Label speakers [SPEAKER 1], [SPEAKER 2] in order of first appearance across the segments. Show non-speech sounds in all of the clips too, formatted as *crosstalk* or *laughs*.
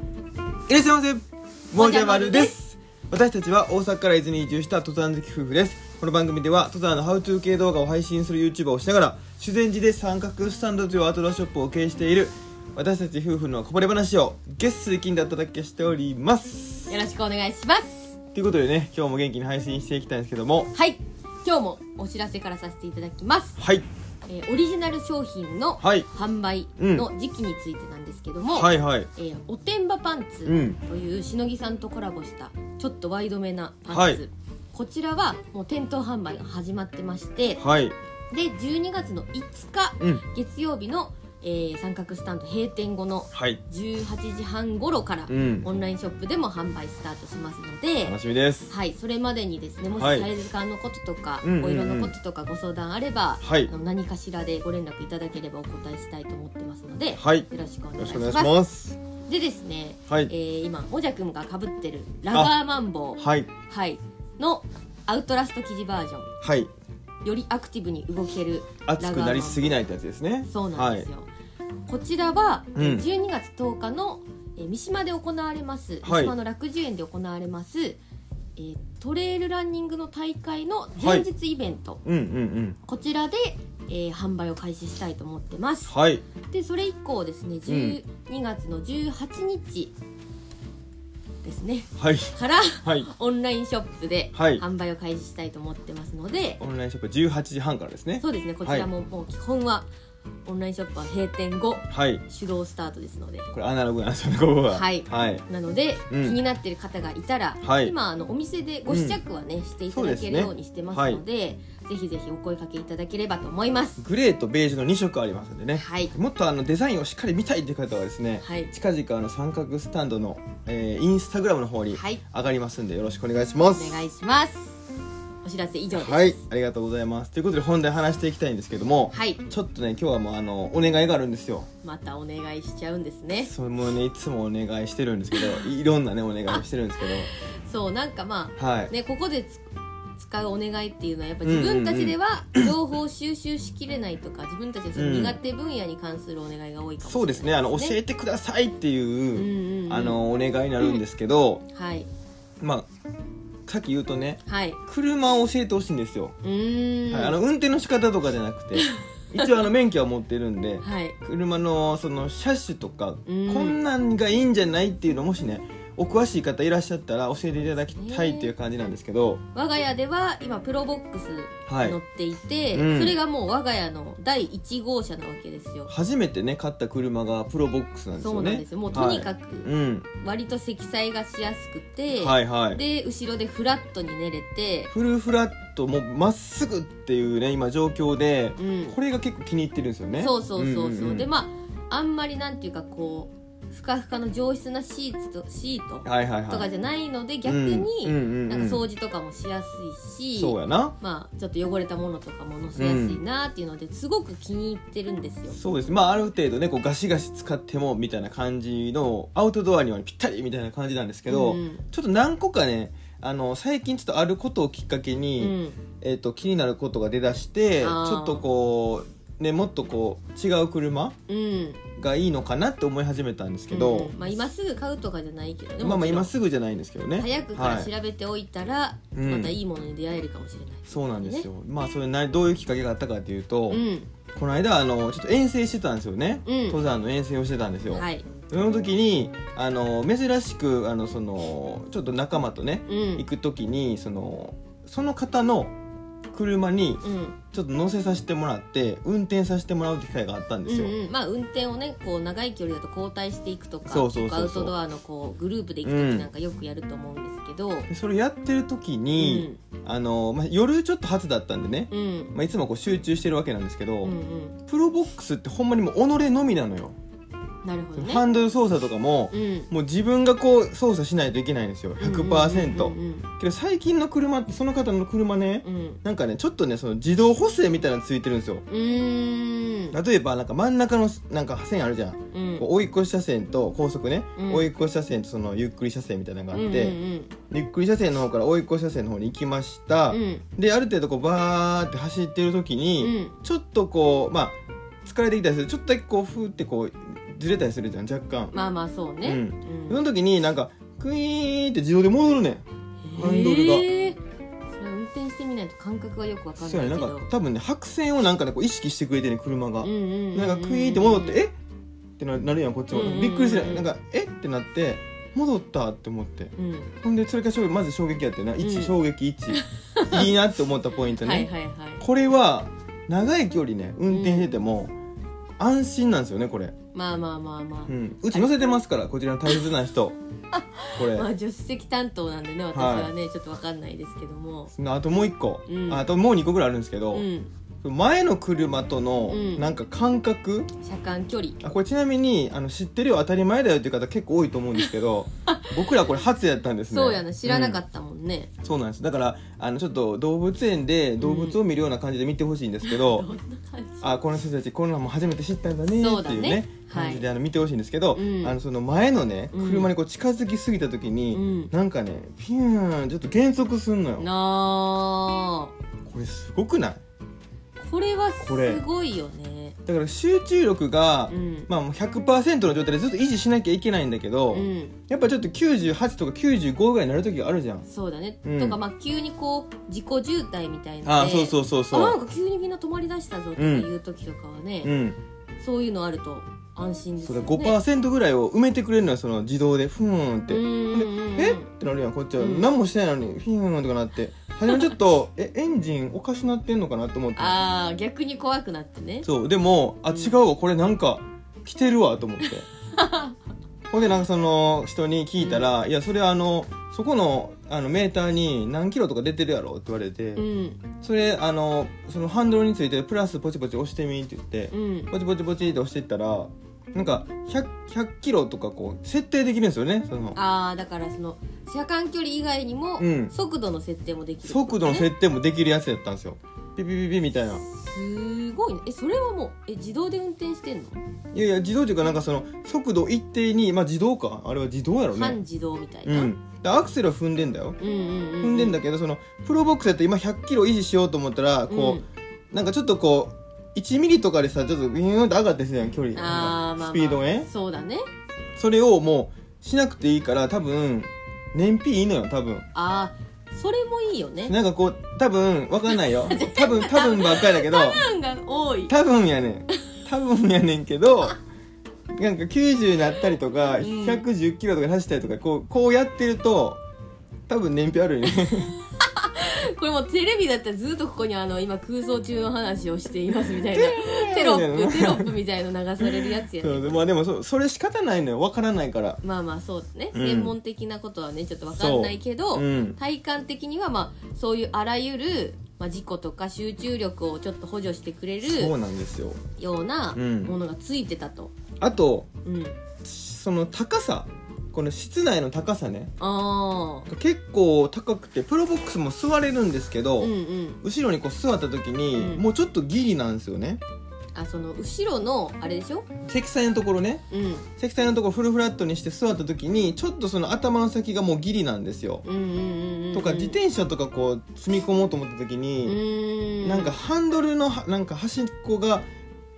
[SPEAKER 1] いらっしゃいませもじゃまるです私たちは大阪から伊豆に移住した登山好き夫婦ですこの番組では登山のハウトゥー系動画を配信する YouTuber をしながら修善寺で三角スタンドというアウトドアショップを経営している私たち夫婦のこぼれ話を月水金でお届けしております
[SPEAKER 2] よろしくお願いします
[SPEAKER 1] ということでね今日も元気に配信していきたいんですけども
[SPEAKER 2] はい今日もお知らせからさせていただきます、
[SPEAKER 1] はい
[SPEAKER 2] えーオリジナル商品の
[SPEAKER 1] はい
[SPEAKER 2] 販売の時期についてなんですけども、
[SPEAKER 1] はいはい
[SPEAKER 2] えーおてんばパンツ
[SPEAKER 1] うん
[SPEAKER 2] というしのぎさんとコラボしたちょっとワイドめなパンツ、
[SPEAKER 1] はい
[SPEAKER 2] こちらはもう店頭販売が始まってまして
[SPEAKER 1] はい
[SPEAKER 2] で12月の5日
[SPEAKER 1] うん
[SPEAKER 2] 月曜日の、えー三角スタンド閉店後の
[SPEAKER 1] はい
[SPEAKER 2] 18時半頃から、
[SPEAKER 1] うん
[SPEAKER 2] オンラインショップでも販売スタートしますので
[SPEAKER 1] 楽しみです
[SPEAKER 2] はい、それまでにですねもし
[SPEAKER 1] はい
[SPEAKER 2] サイズ感のこととか、
[SPEAKER 1] うんうんうん
[SPEAKER 2] お色のこととかご相談あれば、
[SPEAKER 1] はい
[SPEAKER 2] あの何かしらでご連絡いただければお答えしたいと思ってますので、
[SPEAKER 1] はいよ
[SPEAKER 2] よろしくお願
[SPEAKER 1] ろ
[SPEAKER 2] い
[SPEAKER 1] し
[SPEAKER 2] し
[SPEAKER 1] くお願
[SPEAKER 2] ま
[SPEAKER 1] い
[SPEAKER 2] す
[SPEAKER 1] します
[SPEAKER 2] でですね、
[SPEAKER 1] は
[SPEAKER 2] え
[SPEAKER 1] い
[SPEAKER 2] ー今もじゃくんがかぶってるラガーマンボウ、
[SPEAKER 1] はい
[SPEAKER 2] はい、のアウトラスト生地バージョン
[SPEAKER 1] はい
[SPEAKER 2] よりアクティブに動ける
[SPEAKER 1] 熱くなりすぎないってやつですね
[SPEAKER 2] そうなんですよ、こちらは、
[SPEAKER 1] うん
[SPEAKER 2] 12月10日の、えー三島で行われます
[SPEAKER 1] は
[SPEAKER 2] 三
[SPEAKER 1] い
[SPEAKER 2] 島の楽寿園で行われます、えートレイルランニングの大会の前日イベント、
[SPEAKER 1] はい、うんうんうん
[SPEAKER 2] こちらで、えー販売を開始したいと思ってます
[SPEAKER 1] はい
[SPEAKER 2] でそれ以降ですね12月の18日ですね、
[SPEAKER 1] はい
[SPEAKER 2] から *laughs*
[SPEAKER 1] はい
[SPEAKER 2] オンラインショップで
[SPEAKER 1] はい
[SPEAKER 2] 販売を開始したいと思ってますので、
[SPEAKER 1] オンラインショップ18時半からですね
[SPEAKER 2] そうですねこちらももう基本はオンラインショップは閉店後
[SPEAKER 1] はい
[SPEAKER 2] 手動スタートですので
[SPEAKER 1] これアナログなんですよねここは
[SPEAKER 2] はい
[SPEAKER 1] はい
[SPEAKER 2] なので、
[SPEAKER 1] うん
[SPEAKER 2] 気になってる方がいたら、
[SPEAKER 1] はい
[SPEAKER 2] 今あのお店でご試着はね、していただけるようにしてますのでぜひぜひお声かけいただければと思います
[SPEAKER 1] グレーとベージュの2色ありますんでね、
[SPEAKER 2] はい
[SPEAKER 1] もっとあのデザインをしっかり見たいって方はですね、
[SPEAKER 2] はい
[SPEAKER 1] 近々あの三角スタンドの、えーインスタグラムの方に
[SPEAKER 2] はい
[SPEAKER 1] 上がりますんでよろしくお願いしま
[SPEAKER 2] お
[SPEAKER 1] す
[SPEAKER 2] 願いしますお知らせ以上です
[SPEAKER 1] はいありがとうございますということで本題話していきたいんですけども、
[SPEAKER 2] はい
[SPEAKER 1] ちょっとね今日はもうあのお願いがあるんですよ
[SPEAKER 2] またお願いしちゃうんですね
[SPEAKER 1] それもねいつもお願いしてるんです
[SPEAKER 2] *laughs*
[SPEAKER 1] けどいろんなねお願いしてるんですけど
[SPEAKER 2] そうなんかま
[SPEAKER 1] は
[SPEAKER 2] あ
[SPEAKER 1] い、
[SPEAKER 2] ねここでつ使うお願いっていうのはやっぱ自分たちでは情報収集しきれないとか自分たちのその苦手分野に関するお願いが多いかもしれない
[SPEAKER 1] そうですねあの教えてくださいって
[SPEAKER 2] うん
[SPEAKER 1] いう、
[SPEAKER 2] うんうん
[SPEAKER 1] あのお願いになるんですけど、
[SPEAKER 2] はい
[SPEAKER 1] まあさっき言うとね
[SPEAKER 2] はい
[SPEAKER 1] 車を教えてほしいんですよ、
[SPEAKER 2] うーん
[SPEAKER 1] はい、あの運転の仕方とかじゃなく
[SPEAKER 2] *laughs*
[SPEAKER 1] て一応あの免許は持ってるんで
[SPEAKER 2] はい
[SPEAKER 1] 車のその車種とかこ
[SPEAKER 2] うん
[SPEAKER 1] んなんがいいんじゃないっていうのもしねお詳しい方いらっしゃったら教えていただきたいっていう感じなんですけど、
[SPEAKER 2] 我が家では今プロボックス
[SPEAKER 1] はい
[SPEAKER 2] 乗っていて、
[SPEAKER 1] うん
[SPEAKER 2] それがもう我が家の第1号車なわけですよ
[SPEAKER 1] 初めてね買った車がプロボックスなんです
[SPEAKER 2] そ
[SPEAKER 1] よ
[SPEAKER 2] うなんで
[SPEAKER 1] ね
[SPEAKER 2] すよもうとにか
[SPEAKER 1] う
[SPEAKER 2] く
[SPEAKER 1] ん
[SPEAKER 2] 割と積載がしやすくて、
[SPEAKER 1] はいはい
[SPEAKER 2] で後ろでフラットに寝れて、
[SPEAKER 1] フルフラットもうまっすぐっていうね今状況で
[SPEAKER 2] うん、
[SPEAKER 1] これが結構気に入ってるんですよね
[SPEAKER 2] そうそうそうそう,、で
[SPEAKER 1] も
[SPEAKER 2] まああんまりなんていうかこうふかふかの上質なシーツとシート
[SPEAKER 1] はいはいはい
[SPEAKER 2] とかじゃないので逆に、なんか掃
[SPEAKER 1] 除
[SPEAKER 2] 除とかもしやすいし、
[SPEAKER 1] そうやな
[SPEAKER 2] まあ、ちょっと汚れたものとかも載せやすいなっていうのですごく気に入ってるんですよ。
[SPEAKER 1] そうですまあある程度ねこうガシガシ使ってもみたいな感じのアウトドアにはぴったりみたいな感じなんですけど、
[SPEAKER 2] うん
[SPEAKER 1] ちょっと何個かねあの最近ちょっとあることをきっかけ
[SPEAKER 2] う
[SPEAKER 1] に、
[SPEAKER 2] ん
[SPEAKER 1] えっと気になることが出だしてち
[SPEAKER 2] あー
[SPEAKER 1] ょっとこうねもっとこう違う車
[SPEAKER 2] うん
[SPEAKER 1] がいいのかなって思い始めたんですけど、
[SPEAKER 2] うんまあ、今すぐ買うとかじゃないけどね
[SPEAKER 1] まあまあ今
[SPEAKER 2] もち
[SPEAKER 1] すぐじゃないんですけどね
[SPEAKER 2] ろん早くから
[SPEAKER 1] はい
[SPEAKER 2] 調べておいたら、
[SPEAKER 1] うん
[SPEAKER 2] またいいものに出会えるかもしれない。
[SPEAKER 1] そうなんですよ、まあそれなどういうきっかけがあったかっていうと、
[SPEAKER 2] うん
[SPEAKER 1] この間あのちょっと遠征してたんですよね、
[SPEAKER 2] うん
[SPEAKER 1] 登山の遠征をしてたんですよ、
[SPEAKER 2] はい、
[SPEAKER 1] その時にあの珍しくあのそのちょっと仲間とね
[SPEAKER 2] う
[SPEAKER 1] 行
[SPEAKER 2] ん
[SPEAKER 1] く時にそのその方の車に
[SPEAKER 2] うん
[SPEAKER 1] ちょっと乗せさせてもらって運転させてもらう機会があったんで
[SPEAKER 2] う
[SPEAKER 1] す
[SPEAKER 2] ん
[SPEAKER 1] よ、
[SPEAKER 2] うんまあ運転をねこう長い距離だと交代していくとか
[SPEAKER 1] そうそうそうそう
[SPEAKER 2] アウトドアのこうグループで行く時なんかよくやると思うんですけど、うん
[SPEAKER 1] でそれやってる時に、あのまあ、夜ちょっと初だったんでね、
[SPEAKER 2] うん
[SPEAKER 1] まあ、いつもこう集中してるわけなんですけど、
[SPEAKER 2] うんうん
[SPEAKER 1] プロボックスってほんまにもう己のみなのよ、
[SPEAKER 2] なるほどね。
[SPEAKER 1] ハンドル操作とかも、
[SPEAKER 2] うん
[SPEAKER 1] もう自分がこう操作しないといけないんですよ100%、
[SPEAKER 2] うんうん
[SPEAKER 1] けど最近の車ってその方の車ね、
[SPEAKER 2] うんうん
[SPEAKER 1] なんかねちょっとねその自動補正みたいなのついてるんですよ
[SPEAKER 2] うーん
[SPEAKER 1] 例えばなんか真ん中のなんか線あるじゃん、
[SPEAKER 2] うん
[SPEAKER 1] こう追い越し車線と高速ね、
[SPEAKER 2] うん
[SPEAKER 1] 追い越し車線とそのゆっくり車線みたいなのがあって、
[SPEAKER 2] うんうん
[SPEAKER 1] ゆっくり車線の方から追い越し車線の方に行きました、
[SPEAKER 2] うんうん
[SPEAKER 1] である程度こうバーって走ってる時に、ちょっとこうまあ疲れてきたりするちょっとだけこうふーってこうずれたりするじゃん若干、
[SPEAKER 2] まあまあそうね、
[SPEAKER 1] うん
[SPEAKER 2] うん
[SPEAKER 1] その時になんかクイーンって自動で戻るねんハンドルが
[SPEAKER 2] へえそれ運転してみないと感覚がよくわかん
[SPEAKER 1] そう
[SPEAKER 2] ない
[SPEAKER 1] やね
[SPEAKER 2] けど
[SPEAKER 1] なんか多分ね白線をなんかねこう意識してくれてるね車が、
[SPEAKER 2] うんうんうんうん
[SPEAKER 1] なんかクイーンって戻って、えってななるやんこっちも、
[SPEAKER 2] うんうんうん
[SPEAKER 1] びっくりするやんなんかえってなって戻ったって思って
[SPEAKER 2] うん
[SPEAKER 1] ほんでそれが衝撃まず衝撃やってな1、
[SPEAKER 2] うん
[SPEAKER 1] 衝撃1
[SPEAKER 2] *laughs*
[SPEAKER 1] いいなって思ったポイントね、
[SPEAKER 2] はいはいはい
[SPEAKER 1] これは長い距離ね運転してても安心なんですよねこれ、
[SPEAKER 2] まあまあまあまあ、
[SPEAKER 1] うん、うち乗せてますからこちらの大切な
[SPEAKER 2] *laughs*
[SPEAKER 1] 人これ
[SPEAKER 2] まあ助手席担当なんでね私はね、ちょっとわかんないですけども
[SPEAKER 1] あともう一個、
[SPEAKER 2] うん
[SPEAKER 1] ああともう2個ぐらいあるんですけ
[SPEAKER 2] う
[SPEAKER 1] ど、
[SPEAKER 2] ん
[SPEAKER 1] 前の車との
[SPEAKER 2] うん
[SPEAKER 1] なんか感覚、
[SPEAKER 2] 車間距離
[SPEAKER 1] あこれちなみにあの知ってるよ当たり前だよっていう方結構多いと思うんですけ
[SPEAKER 2] *laughs*
[SPEAKER 1] ど僕らこれ初やったんですね
[SPEAKER 2] そうやな知らなか
[SPEAKER 1] た、
[SPEAKER 2] ったもんね、
[SPEAKER 1] うんそうなんですだからあのちょっと動物園で動物を見るような感じで見てほしいんですけど、
[SPEAKER 2] どんな感じ
[SPEAKER 1] あこの人たちコロナも初めて知ったんだね
[SPEAKER 2] そ
[SPEAKER 1] っ
[SPEAKER 2] う
[SPEAKER 1] て
[SPEAKER 2] だ
[SPEAKER 1] いう
[SPEAKER 2] ね
[SPEAKER 1] ね
[SPEAKER 2] はい
[SPEAKER 1] 感じであの見てほしいんですけど、
[SPEAKER 2] うん
[SPEAKER 1] あのその前のね
[SPEAKER 2] うん
[SPEAKER 1] 車にこう近づきすぎた時に、
[SPEAKER 2] うん
[SPEAKER 1] なんかねピューンちょっと減速すんのよ
[SPEAKER 2] なあ
[SPEAKER 1] これすごくない
[SPEAKER 2] これは
[SPEAKER 1] これ
[SPEAKER 2] すごいよね
[SPEAKER 1] だから集中力が、
[SPEAKER 2] うん、
[SPEAKER 1] まあ、もう100%の状態でずっと維持しなきゃいけないんだけど、
[SPEAKER 2] うん、
[SPEAKER 1] やっぱちょっと98とか95ぐらいになる時があるじゃん
[SPEAKER 2] そうだね、
[SPEAKER 1] うん
[SPEAKER 2] とかまあ急にこう自己渋滞みたいな
[SPEAKER 1] あ
[SPEAKER 2] の
[SPEAKER 1] ー
[SPEAKER 2] で
[SPEAKER 1] そうそうそう
[SPEAKER 2] あな
[SPEAKER 1] そ
[SPEAKER 2] んか急にみんな止まりだしたぞとかいう時とかはね、
[SPEAKER 1] ううん
[SPEAKER 2] そういうのあると安心です
[SPEAKER 1] そ
[SPEAKER 2] よ
[SPEAKER 1] れ
[SPEAKER 2] ね
[SPEAKER 1] 5%ぐらいを埋めてくれるのよその自動でフーンって
[SPEAKER 2] うんうんうん
[SPEAKER 1] えってなるやんこっちは、
[SPEAKER 2] うん
[SPEAKER 1] 何もしてないのにフィーンとかなって初めちょっ
[SPEAKER 2] *laughs*
[SPEAKER 1] とえエンジンおかしなってんのかなと思って
[SPEAKER 2] ああ逆に怖くなってね
[SPEAKER 1] そうでもあ
[SPEAKER 2] うん
[SPEAKER 1] 違うわこれなんか来てるわと
[SPEAKER 2] *laughs*
[SPEAKER 1] 思ってほんでなんかその人に聞いたら「いやそれあのそこのあのメーターに何キロとか出てるやろ」って言われて、
[SPEAKER 2] うん
[SPEAKER 1] それあのそのハンドルについてプラスポチポチ押してみって言って
[SPEAKER 2] う、ん
[SPEAKER 1] ポチポチポチって押していったらなんか 100, 100キロとかこう設定できるんですよねその
[SPEAKER 2] ああだからその車間距離以外にも、
[SPEAKER 1] うん
[SPEAKER 2] 速度の設定もできるってこ
[SPEAKER 1] 速
[SPEAKER 2] と
[SPEAKER 1] 度の
[SPEAKER 2] ね
[SPEAKER 1] 設定もできるやつやったんですよピピピピみたいな
[SPEAKER 2] すごいねえそれはもうえ自動で運転してんの、
[SPEAKER 1] いやいや自動というかなんかその速度一定にまあ自動かあれは自動やろ
[SPEAKER 2] 半
[SPEAKER 1] ね
[SPEAKER 2] 自動みたいうな、
[SPEAKER 1] んでアクセルは踏んでんだよ
[SPEAKER 2] うんうんうん
[SPEAKER 1] 踏んでんだけどそのプロボックスやって今100キロ維持しようと思ったらこうなんかちょっとこう1ミリとかでさちょっとビューンって上がってするやん距離
[SPEAKER 2] うん、あーまあまあ
[SPEAKER 1] スピードね
[SPEAKER 2] そうだね
[SPEAKER 1] それをもうしなくていいから多分燃費いいのよ多分
[SPEAKER 2] ああそれもいいよね
[SPEAKER 1] なんかこう多分わかんない
[SPEAKER 2] *laughs*
[SPEAKER 1] よ多分多分ばっかりだけど
[SPEAKER 2] ファンが多い
[SPEAKER 1] 多分やねん多分やねんけどなんか90になったりとか
[SPEAKER 2] うん
[SPEAKER 1] 110キロとか走ったりとかこうこうやってると多分燃費あるよね
[SPEAKER 2] これもうテレビだったらずっとここにあの今空想中の話をしていますみたいな *laughs* テロップテロップみたいの流されるやつや
[SPEAKER 1] そ
[SPEAKER 2] ね
[SPEAKER 1] うまあでもそうそれ仕方ないのよわからないから
[SPEAKER 2] まあまあそうね、
[SPEAKER 1] うん
[SPEAKER 2] 専門的なことはねちょっとわかんないけど、
[SPEAKER 1] うん
[SPEAKER 2] 体感的にはまあそういうあらゆる、まあ、事故とか集中力をちょっと補助してくれる
[SPEAKER 1] そうなんですよ
[SPEAKER 2] ような
[SPEAKER 1] うん
[SPEAKER 2] ものがついてたと、
[SPEAKER 1] あと
[SPEAKER 2] うん
[SPEAKER 1] その高さこの室内の高さね
[SPEAKER 2] ああ
[SPEAKER 1] 結構高くてプロボックスも座れるんですけど、
[SPEAKER 2] うんうん
[SPEAKER 1] 後ろにこう座った時に、
[SPEAKER 2] うん
[SPEAKER 1] もうちょっとギリなんですよね
[SPEAKER 2] あその後ろのあれでしょ
[SPEAKER 1] 積載のところね
[SPEAKER 2] うん
[SPEAKER 1] 積載のところフルフラットにして座った時にちょっとその頭の先がもうギリなんですよ、
[SPEAKER 2] うんうんうんうん
[SPEAKER 1] とか自転車とかこう積み込もうと思った時
[SPEAKER 2] う
[SPEAKER 1] に、
[SPEAKER 2] ーん
[SPEAKER 1] なんかハンドルのはなんか端っこが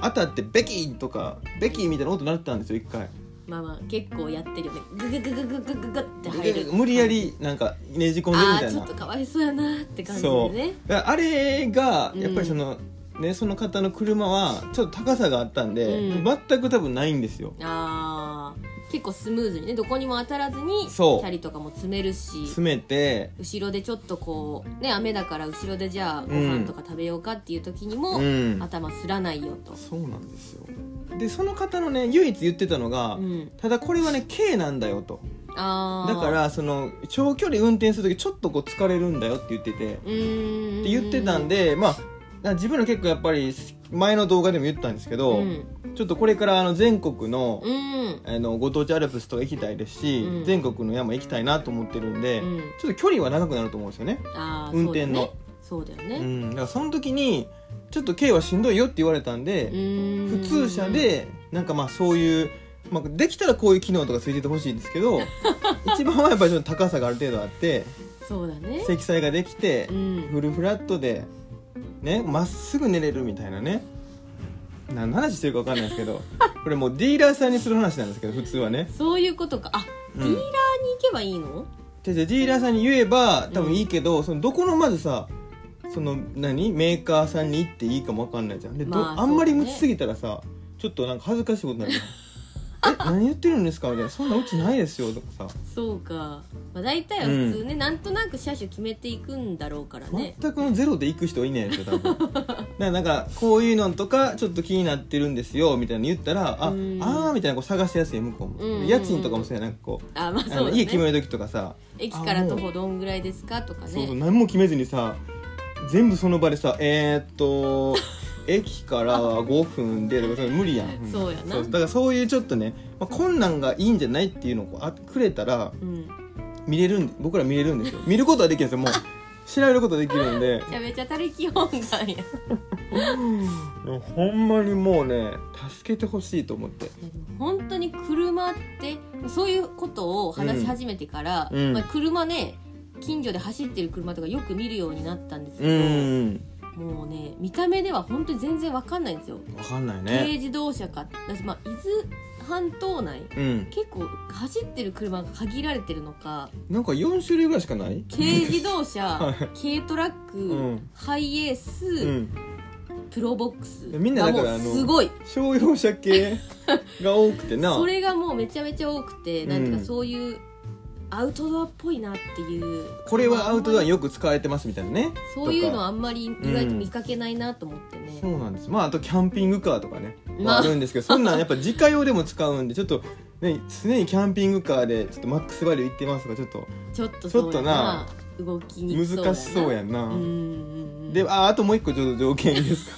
[SPEAKER 1] 当たってベキーとかベキーみたいな音になってたんですよ一回
[SPEAKER 2] まあまあ結構やってるよねググググググググって入
[SPEAKER 1] で
[SPEAKER 2] る
[SPEAKER 1] 無理やりなんかねじ込んでるみ
[SPEAKER 2] あ
[SPEAKER 1] た
[SPEAKER 2] あ
[SPEAKER 1] い
[SPEAKER 2] ちょ
[SPEAKER 1] な
[SPEAKER 2] っとかわいそうやなーって感じで
[SPEAKER 1] そう
[SPEAKER 2] ね
[SPEAKER 1] だからあれがやっぱりその、ね、その方の車はちょっと高さがあったんで、
[SPEAKER 2] うん
[SPEAKER 1] 全く多分ないんですよ
[SPEAKER 2] あー結構スムーズにねどこにも当たらずに
[SPEAKER 1] そう
[SPEAKER 2] キャリとかも詰めるし
[SPEAKER 1] 詰めて
[SPEAKER 2] 後ろでちょっとこうね雨だから後ろでじゃあご
[SPEAKER 1] うん
[SPEAKER 2] 飯とか食べようかっていう時にも、
[SPEAKER 1] うん
[SPEAKER 2] 頭すらないよと、
[SPEAKER 1] そうなんですよでその方のね唯一言ってたのが、
[SPEAKER 2] うん、
[SPEAKER 1] ただこれはね軽なんだよと
[SPEAKER 2] あー
[SPEAKER 1] だからその長距離運転する時ちょっとこう疲れるんだよって言ってて
[SPEAKER 2] うーん
[SPEAKER 1] って言ってたんでまあだから自分ら結構やっぱり前の動画でも言ったんですけ
[SPEAKER 2] う
[SPEAKER 1] ど、
[SPEAKER 2] ん、
[SPEAKER 1] ちょっとこれからあの全国の,、
[SPEAKER 2] うん
[SPEAKER 1] あのご当地アルプスとか行きたいですし、
[SPEAKER 2] うん
[SPEAKER 1] 全国の山行きたいなと思ってるんで、
[SPEAKER 2] うん
[SPEAKER 1] ちょっと距離は長くなると思うんですよね。
[SPEAKER 2] あー
[SPEAKER 1] 運転の
[SPEAKER 2] そうだよね
[SPEAKER 1] う
[SPEAKER 2] そうだよね
[SPEAKER 1] ん、だからその時にちょっと K はしんどいよって言われたんで、
[SPEAKER 2] 普
[SPEAKER 1] 普通車でなんかまあそういう、まあ、できたらこういう機能とかついててほしいんですけ
[SPEAKER 2] *laughs*
[SPEAKER 1] ど一番はやっぱりちょっと高さがある程度あって
[SPEAKER 2] そうだね
[SPEAKER 1] 積載ができて
[SPEAKER 2] うん
[SPEAKER 1] フルフラットでねまっすぐ寝れるみたいなね何の話してるか分かんないですけどこれもうディーラーさんにする話なんですけど普通はね
[SPEAKER 2] そういうことかあ
[SPEAKER 1] うん
[SPEAKER 2] ディーラーに行けばいいの
[SPEAKER 1] じゃあじゃあディーラーさんに言えば多分いいけど、そのどこのまずさその何メーカーさんに行っていいかも分かんないじゃんで、ど
[SPEAKER 2] まあ
[SPEAKER 1] あんまり
[SPEAKER 2] そうだ
[SPEAKER 1] 持
[SPEAKER 2] ね
[SPEAKER 1] ちすぎたらさちょっとなんか恥ずかしいことになるじ
[SPEAKER 2] *laughs*
[SPEAKER 1] ゃんえ何言ってるんですかみたいなそんなうちないですよとかさ
[SPEAKER 2] そうか、まあ、大体は普通ね、なんとなく車種決めていくんだろうからね
[SPEAKER 1] 全くのゼロで行く人いないんですよ多分
[SPEAKER 2] *laughs*
[SPEAKER 1] だからなんかこういうのとかちょっと気になってるんですよみたいなの言ったらああ
[SPEAKER 2] うん
[SPEAKER 1] ーみたいなこう探しやすい向こうも、
[SPEAKER 2] うんうんうん
[SPEAKER 1] 家賃とかもそうやなんかこう
[SPEAKER 2] あま
[SPEAKER 1] あ
[SPEAKER 2] あそう
[SPEAKER 1] の
[SPEAKER 2] だ
[SPEAKER 1] 家決め
[SPEAKER 2] ね
[SPEAKER 1] る時とかさ、
[SPEAKER 2] 駅から徒歩どんぐらいですかとか
[SPEAKER 1] そうそう
[SPEAKER 2] ね
[SPEAKER 1] 何も決めずにさ全部その場でさえー、っ
[SPEAKER 2] *laughs*
[SPEAKER 1] と駅から5分でとかそれ無理やん、ん
[SPEAKER 2] そうやな
[SPEAKER 1] だからそういうちょっとね、まあ、困難がいいんじゃないっていうのをこうあくれたら
[SPEAKER 2] うん
[SPEAKER 1] 見れるん僕ら見れるんです
[SPEAKER 2] *laughs*
[SPEAKER 1] よ見ることはできるんですよもう調べることはできるんで
[SPEAKER 2] めちゃめちゃ他力本願やいや
[SPEAKER 1] でもほんまにもうね助けてほしいと思って
[SPEAKER 2] でも本当に車ってそういうことを話し始めてから、
[SPEAKER 1] うんうん
[SPEAKER 2] まあ、車ね近所で走ってる車とかよく見るようになったんですけ
[SPEAKER 1] う
[SPEAKER 2] ど、
[SPEAKER 1] ん
[SPEAKER 2] もうね見た目では本当に全然わかんないんですよ、
[SPEAKER 1] 分かんない
[SPEAKER 2] 軽
[SPEAKER 1] ね
[SPEAKER 2] 自動車か私、まあ、伊豆半島内
[SPEAKER 1] うん
[SPEAKER 2] 結構走ってる車が限られてるのか
[SPEAKER 1] なんか4種類ぐらいしかない
[SPEAKER 2] 軽自動
[SPEAKER 1] *laughs*
[SPEAKER 2] 車、
[SPEAKER 1] はい
[SPEAKER 2] 軽トラック、
[SPEAKER 1] うん
[SPEAKER 2] ハイエース、
[SPEAKER 1] うん
[SPEAKER 2] プロボックス
[SPEAKER 1] みんなだから
[SPEAKER 2] がもう
[SPEAKER 1] あの
[SPEAKER 2] すごい
[SPEAKER 1] 商用車系が多くてな
[SPEAKER 2] *laughs* それがもうめちゃめちゃ多くて、なんていう
[SPEAKER 1] う
[SPEAKER 2] か
[SPEAKER 1] ん
[SPEAKER 2] そういうアウトドアっぽいなっていう
[SPEAKER 1] これはアウトドアによく使われてますみたいなね
[SPEAKER 2] そういうのは
[SPEAKER 1] は
[SPEAKER 2] あんまり意外と見かけないなと思ってね、
[SPEAKER 1] そうなんですまああとキャンピングカーとかね、
[SPEAKER 2] まあ
[SPEAKER 1] あ、るんですけどそんなんやっぱ自家用でも使うんでちょっとね常にキャンピングカーでちょっとマックスバリューいってますがちょっと
[SPEAKER 2] ちょっとそう
[SPEAKER 1] ちょ
[SPEAKER 2] や
[SPEAKER 1] っと
[SPEAKER 2] な
[SPEAKER 1] な
[SPEAKER 2] 動きにくそう
[SPEAKER 1] 難しそうや
[SPEAKER 2] ん
[SPEAKER 1] んな
[SPEAKER 2] うんうんうん
[SPEAKER 1] でああともう一個ちょっと条件いいですか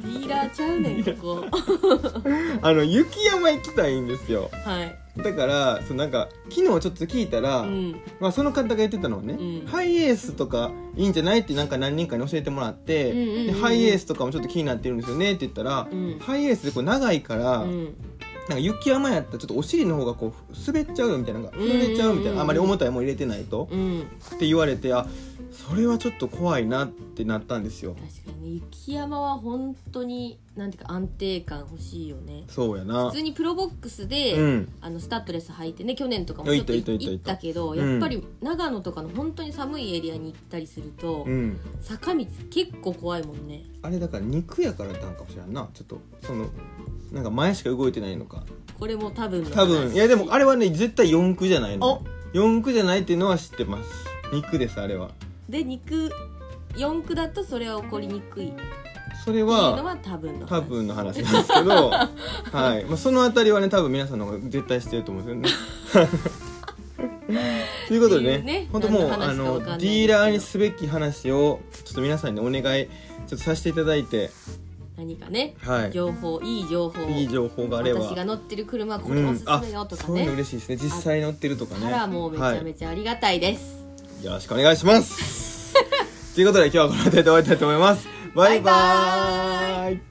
[SPEAKER 2] ディーラーちゃうねんここ
[SPEAKER 1] あの雪山行きたいんですよ
[SPEAKER 2] はい
[SPEAKER 1] だからそのなんか昨日ちょっと聞いたら、
[SPEAKER 2] うん
[SPEAKER 1] まあ、その方が言ってたのはね、
[SPEAKER 2] うん
[SPEAKER 1] ハイエースとかいいんじゃないってなんか何人かに教えてもらって、
[SPEAKER 2] うんうんうんうん
[SPEAKER 1] でハイエースとかもちょっと気になってるんですよねって言ったら、
[SPEAKER 2] うん
[SPEAKER 1] ハイエースでこう長いから、
[SPEAKER 2] うん
[SPEAKER 1] なんか雪山やったらちょっとお尻の方がこう滑っちゃうみたいななんか
[SPEAKER 2] うんうん
[SPEAKER 1] 震
[SPEAKER 2] うん
[SPEAKER 1] えちゃうみたいなあまり重たいもん入れてないと、
[SPEAKER 2] うん
[SPEAKER 1] って言われてあそれはちょっと怖いなってなったんですよ
[SPEAKER 2] 確かにね雪山は本当になんていうか安定感欲しいよね
[SPEAKER 1] そうやな
[SPEAKER 2] 普通にプロボックスで、
[SPEAKER 1] うん
[SPEAKER 2] あのスタッドレス履いてね去年とかもちょっと
[SPEAKER 1] いたいたいた
[SPEAKER 2] 行
[SPEAKER 1] い
[SPEAKER 2] った
[SPEAKER 1] た
[SPEAKER 2] けど
[SPEAKER 1] うん
[SPEAKER 2] やっぱり長野とかの本当に寒いエリアに行ったりすると、
[SPEAKER 1] うん
[SPEAKER 2] 坂道結構怖いもんね
[SPEAKER 1] あれだから肉やからなんかもしれんなちょっとそのなんか前しか動いてないのか
[SPEAKER 2] これも多分の話
[SPEAKER 1] 多分いやでもあれはね絶対四駆じゃない
[SPEAKER 2] お
[SPEAKER 1] の四駆じゃないっていうのは知ってます肉ですあれは
[SPEAKER 2] で肉四駆だとそれは起こりにくいっていう
[SPEAKER 1] それ
[SPEAKER 2] の
[SPEAKER 1] は
[SPEAKER 2] は多分の
[SPEAKER 1] 多
[SPEAKER 2] 話
[SPEAKER 1] 分の話なんですけ
[SPEAKER 2] *laughs*
[SPEAKER 1] ど、はいまあ、そのあたりはね多分皆さんの方が絶対知ってると思うんです
[SPEAKER 2] *laughs*
[SPEAKER 1] よねということで
[SPEAKER 2] っていうね
[SPEAKER 1] ね本当もう
[SPEAKER 2] 何の
[SPEAKER 1] あ
[SPEAKER 2] 話かわ
[SPEAKER 1] の
[SPEAKER 2] かんない
[SPEAKER 1] ディーラーにすべき話をちょっと皆さんにお願いちょっとさせていただいて、
[SPEAKER 2] 何かね
[SPEAKER 1] はい、
[SPEAKER 2] 情報いい情報
[SPEAKER 1] いい情報があれば
[SPEAKER 2] 私が乗ってる車はこれおすすめよとか
[SPEAKER 1] うんあそうい
[SPEAKER 2] ね、
[SPEAKER 1] うの嬉しいですね実際乗ってるとかね
[SPEAKER 2] からもうめちゃめちゃありがたいです、
[SPEAKER 1] はい、よろしくお願いし
[SPEAKER 2] *laughs*
[SPEAKER 1] ますということで今日はこの辺で終わりたいと思いますバイバ
[SPEAKER 2] バイ
[SPEAKER 1] ーイ